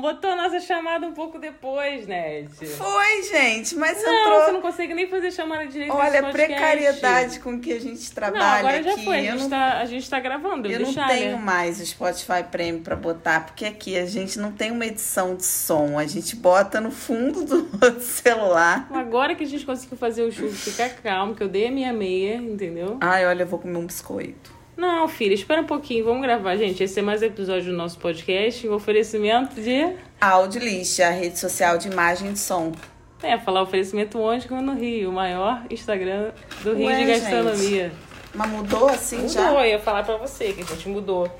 botou a nossa chamada um pouco depois, Nete. Foi, gente, mas não, entrou. você não consegue nem fazer chamada direito nesse Olha a podcast. precariedade com que a gente Não, trabalha agora aqui. já foi. A eu gente, não, tá, a gente tá gravando. eu não deixar, tenho né? mais o Spotify Premium pra botar, porque aqui a gente não tem uma edição de som. A gente bota no fundo do celular. Então, Agora que a gente conseguiu fazer o churro ficar calmo, que eu dei a minha meia, entendeu? Ai, olha, eu vou comer um biscoito. Não, filha, espera um pouquinho, vamos gravar, gente. Esse é mais um episódio do nosso podcast, o oferecimento de... Audiolist, a rede social de imagem e som. É, falar oferecimento onde como no Rio, o maior Instagram do Rio Ué, de Gastronomia. Mas mudou assim já? Mudou, eu ia falar pra você que a gente mudou.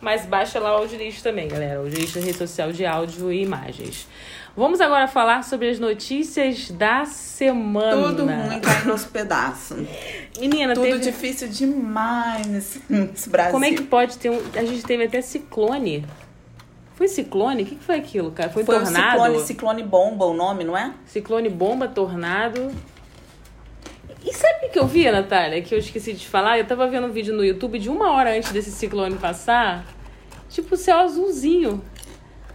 Mas baixa lá o Audiolist também, galera. Audiolist é rede social de áudio e imagens. Vamos agora falar sobre as notícias da semana. Tudo ruim cai nos pedaços. Menina, Tudo teve... difícil demais nesse, nesse Brasil. Como é que pode ter um. A gente teve até ciclone. Foi ciclone? O que, que foi aquilo, cara? Foi, Foi o tornado? ciclone, ciclone bomba o nome, não é? Ciclone, bomba, tornado. E sabe o que eu vi, Natália? Que eu esqueci de falar. Eu tava vendo um vídeo no YouTube de uma hora antes desse ciclone passar. Tipo, céu azulzinho.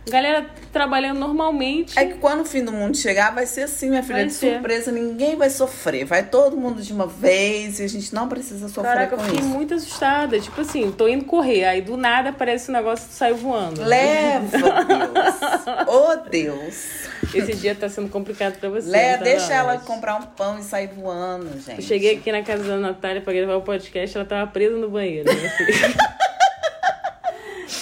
Galera trabalhando normalmente. É que quando o fim do mundo chegar, vai ser assim, minha filha. Vai de ser. surpresa, ninguém vai sofrer. Vai todo mundo de uma vez e a gente não precisa sofrer Caraca, eu com fiquei isso. muito assustada. Tipo assim, tô indo correr. Aí do nada aparece um negócio que saiu voando. Leva, Deus. oh, Deus. Esse dia tá sendo complicado pra você. Leva, não tá deixa não, ela mas- comprar um pão e sair voando, gente. Eu cheguei aqui na casa da Natália pra gravar o podcast, ela tava presa no banheiro. né, minha filha.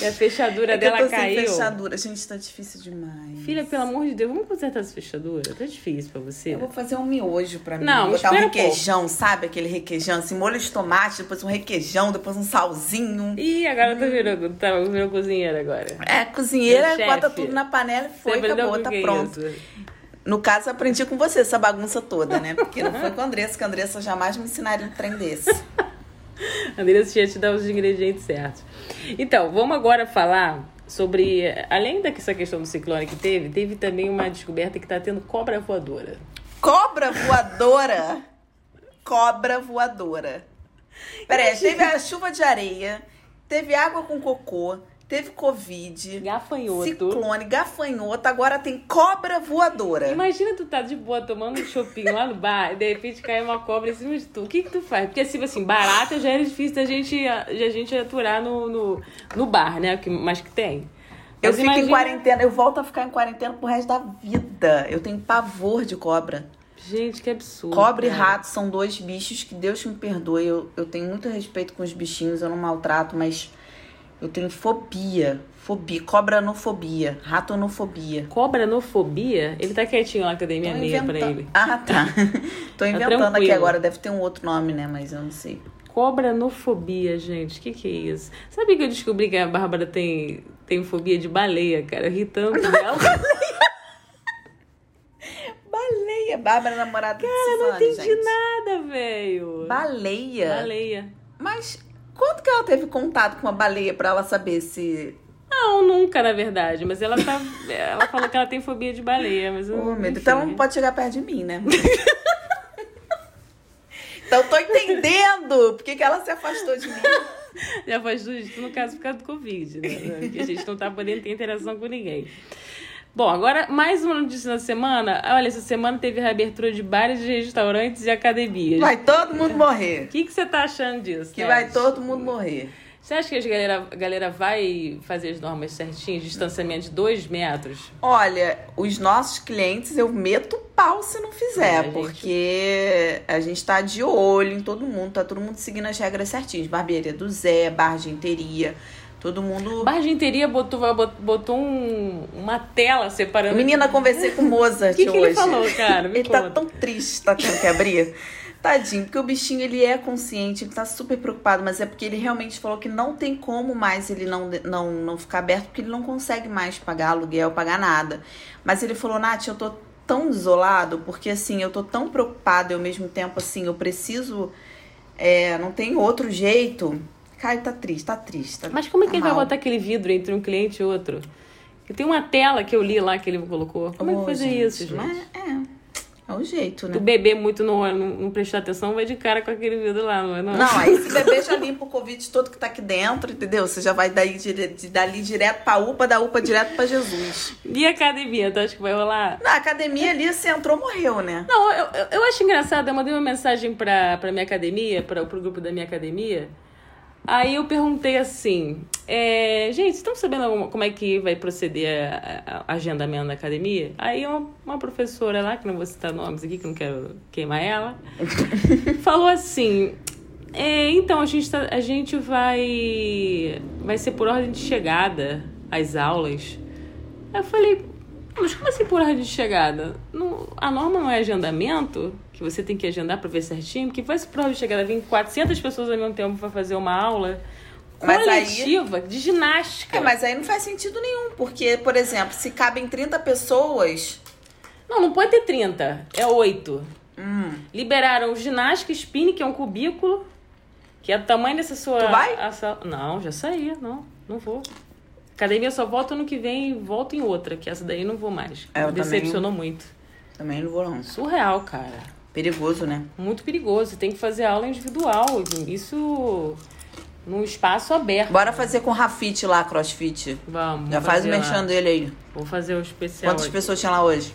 e a fechadura é que eu dela tô sem caiu. fechadura. Gente, tá difícil demais. Filha, pelo amor de Deus, vamos consertar essa fechadura? Tá difícil pra você. Eu vou fazer um miojo pra mim. Não, botar um espera um pouco. requeijão, sabe? Aquele requeijão, assim, molho de tomate, depois um requeijão, depois um salzinho. Ih, a garota virou, tá, virou cozinheira agora. É, cozinheira, Meu bota chefe. tudo na panela e Você foi, aprendeu acabou, o tá que é pronto. isso? No caso, aprendi com você essa bagunça toda, né? Porque não foi com a Andressa, que a Andressa jamais me ensinaria um trem desse. A Andressa ia te dar os ingredientes certos. Então, vamos agora falar sobre. Além dessa questão do ciclone que teve, teve também uma descoberta que tá tendo cobra voadora. Cobra voadora! Cobra voadora. Peraí, teve a chuva de areia, teve água com cocô, teve Covid, Gafanhoto. ciclone, gafanhoto, agora tem cobra voadora. Imagina tu tá de boa tomando um shopping lá no bar e de repente cai uma cobra em cima de tu. O que que tu faz? Porque tipo assim, barata já era difícil da gente, de a gente aturar no, no, no bar, né? Que- Mas que tem. Eu Mas fico em quarentena, eu volto a ficar em quarentena pro resto da vida. Eu tenho pavor de cobra. Gente, que absurdo. Cobra e cara. rato são dois bichos que Deus me perdoe. Eu, eu tenho muito respeito com os bichinhos, eu não maltrato, mas eu tenho fobia. Fobia. Cobranofobia. Ratonofobia. Cobranofobia? Ele tá quietinho lá que eu dei minha Tô meia pra inventando- ele. Ah, tá. Tô inventando aqui tranquilo. agora. Deve ter um outro nome, né? Mas eu não sei. Cobranofobia, gente. Que que é isso? Sabe que eu descobri que a Bárbara tem, tem fobia de baleia, cara? Eu ri tanto dela. Baleia. Bárbara, namorada de Eu Suzane, não entendi gente. nada, velho. Baleia. Baleia. Mas quanto que ela teve contato com uma baleia pra ela saber se... Não, nunca, na verdade. Mas ela tá. ela falou que ela tem fobia de baleia, mas eu. Ô, medo. enfim. Então ela não pode chegar perto de mim, né? então eu tô entendendo por que que ela se afastou de mim. Já faz tudo isso, no caso, por causa do Covid, né? Porque a gente não tá podendo ter interação com ninguém. Bom, agora mais uma notícia da semana. Olha, essa semana teve reabertura de bares, de restaurantes e academias. Vai todo mundo morrer. O que, que você tá achando disso? Que Tati? vai todo mundo morrer. Você acha que a galera, a galera vai fazer as normas certinhas? Distanciamento de dois metros? Olha, os nossos clientes eu meto pau se não É, a fizer, gente- porque a gente tá de olho em todo mundo, tá todo mundo seguindo as regras certinhas. Barbearia do Zé, bar de interia, todo mundo. Bar de interia botou, botou um- uma tela separando. Menina, conversei com o Mozart o que, que hoje. ele falou, cara? Me Ele tá conta. tão triste, tá tendo que abrir. Tadinho, porque o bichinho ele é consciente, ele tá super preocupado, mas é porque ele realmente falou que não tem como mais ele não, não, não ficar aberto, porque ele não consegue mais pagar aluguel, pagar nada. Mas ele falou, Nath, eu tô tão isolado, porque assim, eu tô tão preocupado e ao mesmo tempo, assim, eu preciso. é, não tem outro jeito. Cara, ele tá triste, tá triste. tá- Mas como é que tá ele vai mal. botar aquele vidro entre um cliente e outro? E tem uma tela que eu li lá que ele colocou. Como é Ô, que fazer gente, isso, gente? mas, é. É um jeito, né? Tu beber muito no ônibus, não, não prestar atenção, vai de cara com aquele vidro lá, não é? Não, Não, aí esse bebê já limpa o Covid todo que tá aqui dentro, entendeu? Você já vai daí, dire- de- dali direto pra UPA, da UPA direto pra Jesus. E academia, tu acha que vai rolar? Na academia ali, você entrou, morreu, né? Não, eu, eu, eu acho engraçado. Eu mandei uma mensagem pra, pra minha academia, pra, pro grupo da minha academia. Aí eu perguntei assim: é, gente, vocês estão sabendo alguma- como é que vai proceder a, a, a agendamento da academia? Aí uma, uma professora lá, que não vou citar nomes aqui, que não quero queimar ela, falou assim. É, então, a gente, tá- a gente vai. Vai ser por ordem de chegada as aulas. Aí eu falei, mas como assim por ordem de chegada? Não- a norma não é agendamento, que você tem que agendar pra ver certinho, porque vai ser por ordem de chegada, vem 400 pessoas ao mesmo tempo pra fazer uma aula Mas aí- coletiva de ginástica. É, mas aí não faz sentido nenhum, porque, por exemplo, se cabem 30 pessoas. Não, não pode ter 30, é 8. Hum, Liberaram ginástica, spinning, que é um cubículo, que é o tamanho dessa sua... Tu vai? a sua- Não, já saí, não, não vou. Academia eu só volto ano que vem e volto em outra, que essa daí eu não vou mais. É, eu Me decepcionou muito. também não vou, não. Surreal, cara. Perigoso, né? muito perigoso. Você tem que fazer aula individual. Isso num espaço aberto. Bora fazer com o Rafite lá, crossfit. Vamos. Já faz o fazer lá. merchan dele aí. Vou fazer o especial. Quantas aqui. pessoas tinha lá hoje?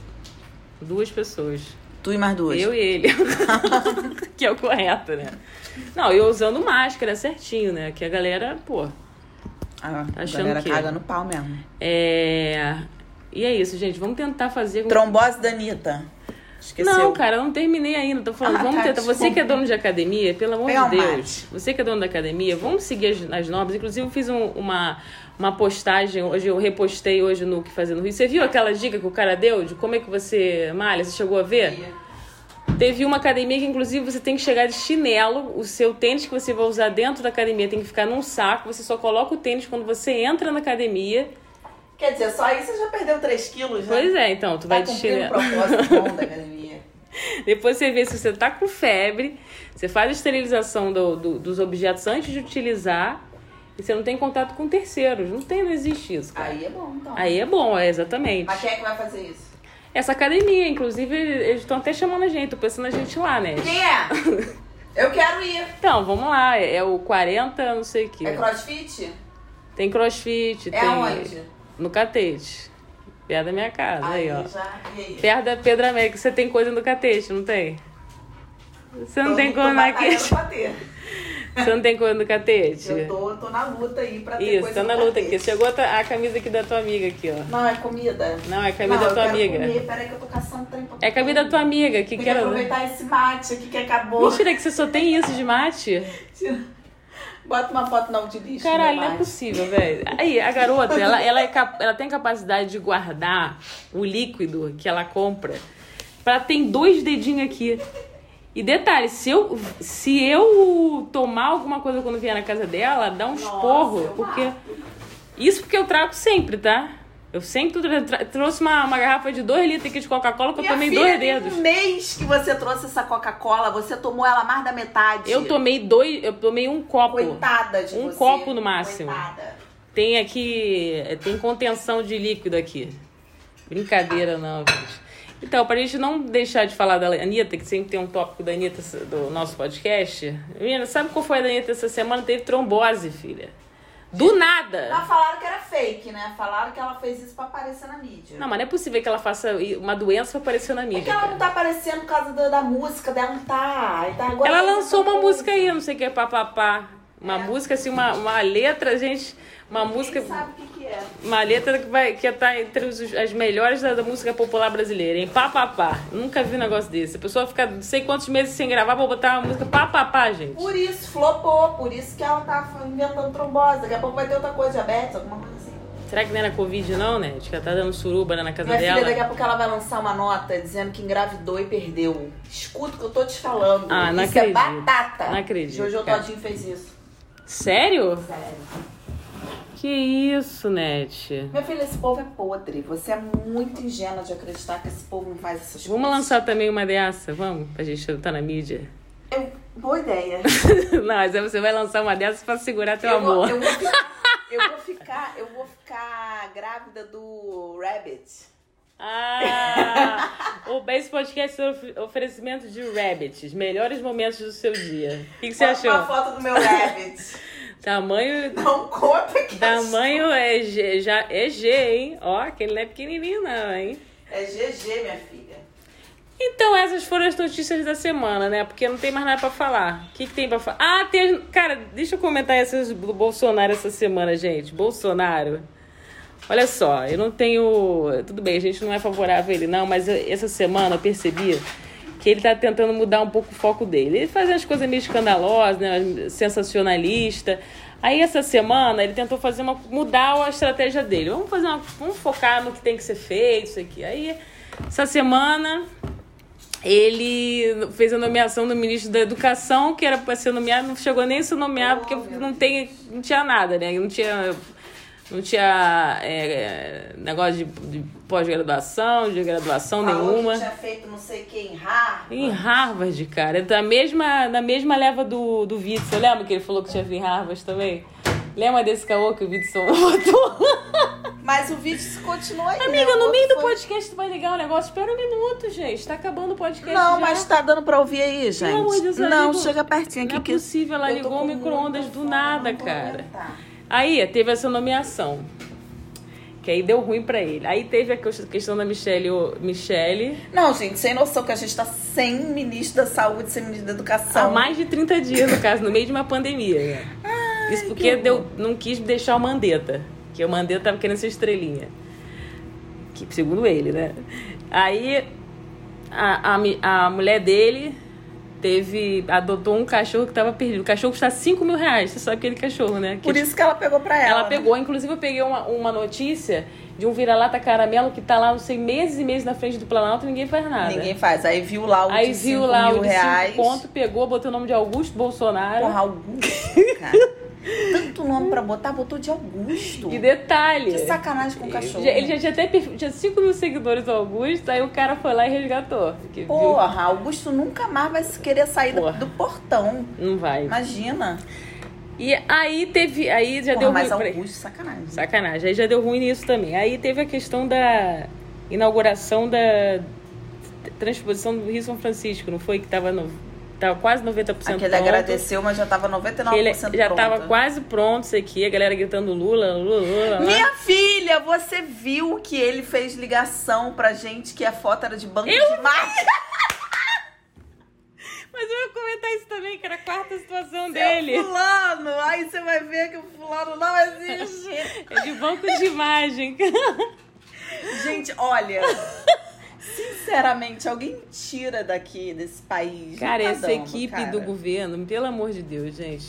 Duas pessoas. Tu e mais duas. Eu e ele. que é o correto, né? Não, eu usando máscara certinho, né? Que a galera, pô. Ah, a tá Achando galera que- caga no pau mesmo. É. E é isso, gente. Vamos tentar fazer. com- Trombose da Anitta. Esqueceu. Não, cara, eu não terminei ainda. Tô falando, Ah, vamos tá, tentar. Você desculpa. que é dono de academia, pelo amor Pegar um de Deus. mate. Você que é dono da academia, vamos seguir as, as normas. Inclusive, eu fiz um- uma, uma postagem hoje, eu repostei hoje no Que Fazer no Rio. Você viu aquela dica que o cara deu de como é que você malha? Você chegou a ver? Teve uma academia que, inclusive, você tem que chegar de chinelo. O seu tênis que você vai usar dentro da academia tem que ficar num saco. Você só coloca o tênis quando você entra na academia. Quer dizer, só aí você já perdeu 3 quilos, né? Pois é, então, tu vai de cumprir um chinelo. propósito bom da academia. Depois você vê se você tá com febre, você faz a esterilização do- do- dos objetos antes de utilizar e você não tem contato com terceiros. Não tem, não existe isso. cara. Aí é bom, então. Aí é bom, é exatamente. Mas quem é que vai fazer isso? Essa academia, inclusive, eles estão até chamando a gente, tô pensando a gente lá, né? Quem é? Eu quero ir. Então, vamos lá, é é o 40, não sei o quê. É crossfit? Tem crossfit, É tem. aonde? No catete. Perto da minha casa, Tá aí, ó. já. é E aí? Perto da Pedra América, você tem coisa no catete, não tem? Você não Tô- tem tô coisa na batalhando catete? pra ter. Você não tem coisa no catete? Eu tô, tô na luta aí pra ter Isso, coisa tá na pra luta ter. aqui. Chegou a, ta- a camisa aqui da tua amiga aqui, ó. Não, é comida. Não, é a camisa Não, da tua eu quero amiga. Comer. Peraí que eu tô caçando trem pra É a comer. camisa da tua amiga que Tem que quero. aproveitar esse mate aqui que acabou. Mentira, que você só tem isso de mate? Tira- Bota uma foto nova de lixo. Caralho, né, não é mate? possível, velho. Aí, a garota, ela, ela, é cap- ela tem capacidade de guardar o líquido que ela compra. Pra tem dois dedinhos aqui. E detalhe, se eu, se eu tomar alguma coisa quando vier na casa dela, dá um esporro. eu Porque. Isso porque eu trago sempre, tá? Eu sempre tra- tra- trouxe uma, uma garrafa de dois litros aqui de Coca-Cola que eu Minha tomei filha, dois tem dedos. Um mês que você trouxe essa Coca-Cola, você tomou ela mais da metade. Eu tomei dois. Eu tomei um copo. Coitada de Um você. copo no máximo. Coitada. Tem aqui. Tem contenção de líquido aqui. Brincadeira, não, gente. Então, pra gente não deixar de falar da Anitta, que sempre tem um tópico da Anitta do nosso podcast. Menina, sabe qual foi a da Anitta essa semana? Teve trombose, filha. Do nada! Mas falaram que era fake, né? Falaram que ela fez isso pra aparecer na mídia. Não, mas não é possível que ela faça uma doença pra aparecer na é que mídia. ela cara. não tá aparecendo por causa da, da música dela, não tá. Aí tá agora Ela lançou uma música aí, eu não sei o que é papapá. Uma música, assim, uma, uma letra, gente. Uma música. Quem sabe o que, que é? Uma letra que vai que tá entre os- as melhores da, da música popular brasileira, hein? Pá, pá, pá. Nunca vi um negócio desse. A pessoa fica não sei quantos meses sem gravar pra botar uma música pá, pá, pá, gente. Por isso, flopou, por isso que ela tá inventando trombose. Daqui a pouco vai ter outra coisa, diabetes, alguma coisa assim. Será que não era Covid, não, né? Acho que ela tá dando suruba né, na casa Minha filha, dela. daqui a pouco ela vai lançar uma nota dizendo que engravidou e perdeu. Escuta o que eu tô te falando. Ah, não isso acredito. é batata. Não acredito, Jojo cara. Todinho fez isso. Sério? Sério. Que isso, Net. Minha filha, esse povo é podre. Você é muito ingênua de acreditar que esse povo não faz essas coisas. Vamos lançar também uma dessa, vamos? Pra gente tá na mídia. Eu- Boa ideia. não, mas aí você vai lançar uma dessa pra segurar teu eu, amor. Vou, eu, vou ficar, eu vou ficar. Eu vou ficar grávida do Rabbit. Ah! o Base Podcast é of- oferecimento de rabbits, melhores momentos do seu dia. O que, que você achou? Uma foto do meu rabbit. Tamanho. Não conta que Tamanho é G, já é G, hein? Ó, aquele não é pequenininho, não, hein? É GG, minha filha. Então, essas foram as notícias da semana, né? Porque não tem mais nada pra falar. O que, que tem pra falar? Ah, tem. as- Cara, deixa eu comentar essas do Bolsonaro essa semana, gente. Bolsonaro. Olha só, eu não tenho. Tudo bem, a gente não é favorável a ele, não, mas eu- essa semana eu percebi que ele tá tentando mudar um pouco o foco dele. Ele faz umas coisas meio escandalosas, né? Sensacionalista. Aí essa semana ele tentou fazer uma. mudar a estratégia dele. Vamos fazer uma. Vamos focar no que tem que ser feito, isso aqui. Aí, essa semana. Ele fez a nomeação do ministro da Educação, que era para ser nomeado, não chegou nem a ser nomeado, porque não, tem, não tinha nada, né? Não tinha não tinha é, é, negócio de, de pós-graduação, de graduação Falou nenhuma. que tinha feito não sei quem, Harvard. Em Harvard, cara. Da mesma, da mesma leva do, do Witzel. Lembra que ele falou que tinha vindo em Harvard também? Lembra desse caô que o Witzel botou? Mas o vídeo se continua aí. né? Amiga, O no outro meio do foi- podcast tu vai ligar o negócio. Espera um minuto, gente. Tá acabando o podcast Não, já. mas tá dando pra ouvir aí, gente. amor de Deus, ela não, ligou- chega pertinho aqui Não é que possível, ela eu tô ligou com o micro-ondas do muita fome, nada, não vou cara. aguentar. Aí teve essa nomeação. Que aí deu ruim pra ele. Aí teve a que- questão da Michelle. ô, Michelle Não, gente, sem noção que a gente tá sem ministro da saúde, sem ministro da Há educação. mais de 30 dias, no caso, no meio de uma pandemia. né? Isso porque deu, não quis deixar o Mandetta. Que o Mandetta tava querendo ser estrelinha. Que, segundo ele, né? Aí a, a, mi- a mulher dele teve. adotou um cachorro que tava perdido. O cachorro custa 5 mil reais. Você sabe aquele cachorro, né? Que Por isso que ela pegou pra ela. né? ela pegou, inclusive eu peguei uma, uma notícia de um vira-lata caramelo que tá lá, não sei, meses e meses na frente do Planalto e ninguém faz nada. Ninguém faz. Aí viu lá o Aí de viu cinco lá mil o de reais. cinco conto, pegou, botou o nome de Augusto Bolsonaro. Porra, Augusto, cara. Tanto nome pra botar, botou de Augusto. E detalhe. Que sacanagem com o cachorro. Ele já tinha até perfil- tinha 5 mil seguidores do Augusto, aí o cara foi lá e resgatou. Que viu- Porra, Augusto nunca mais vai se querer sair do, Porra. do portão. Não vai. Imagina. E aí teve. Aí já Porra, deu mas é um ruim. peraí. Augusto, sacanagem. Sacanagem. Aí já deu ruim nisso também. Aí teve a questão da inauguração da transposição do Rio São Francisco, não foi? Que tava, no, tava quase 90% Aquele pronto. agradeceu, mas já tava 99% é Ele já pronta. tava quase pronto isso aqui, a galera gritando Lula, Lula, Lula. Lula. Minha filha, você viu que ele fez ligação pra gente que a foto era de banco de marca? Mas eu ia comentar isso também, que era a quarta situação dele. Seu Fulano, aí você vai ver que o fulano não existe. É de banco de imagem. gente, olha. Sinceramente, alguém tira daqui desse país. Cara, Não tá essa dando, equipe cara. do governo, pelo amor de Deus, gente.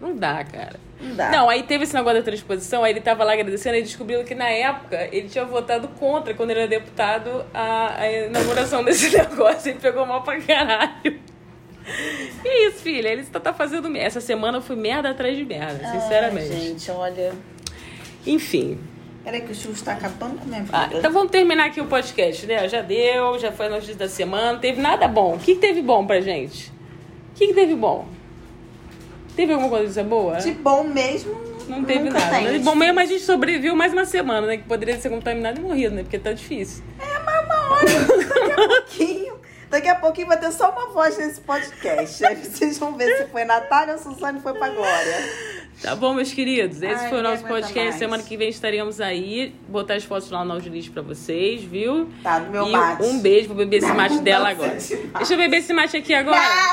Não dá, cara. Não dá. Não, aí teve esse negócio da transposição, aí ele tava lá agradecendo e descobriu que na época ele tinha votado contra, quando ele era deputado, a, a inauguração desse negócio. Ele pegou mal pra caralho. E é isso, filha. Ele só tá fazendo merda. Essa semana eu fui merda atrás de merda, Ai, sinceramente. gente, olha. Enfim. Peraí, que o churro tá acabando com a minha vida. Ah, então vamos terminar aqui o podcast, né? Já deu, já foi a notícia da semana. Teve nada bom. O que, que teve bom pra gente? O que, que teve bom? Teve alguma coisa boa? De bom mesmo, não teve nunca nada. Tem. Mas Bom mesmo, a gente sobreviveu mais uma semana, né? Que poderia ser contaminado e morrido, né? Porque tá difícil. pouquinho. Daqui a pouquinho vai ter só uma voz nesse podcast. Aí vocês vão ver se foi Natália ou Suzane foi pra Glória. Tá bom, meus queridos? Esse Ai, foi o ninguém nosso aguenta podcast. mais. Semana que vem estaremos aí. Botar as fotos lá no audiolist pra vocês, viu? Tá, do meu e mate. um beijo. Vou beber esse mate dela Nossa, agora. demais. Deixa eu beber esse mate aqui agora. Não!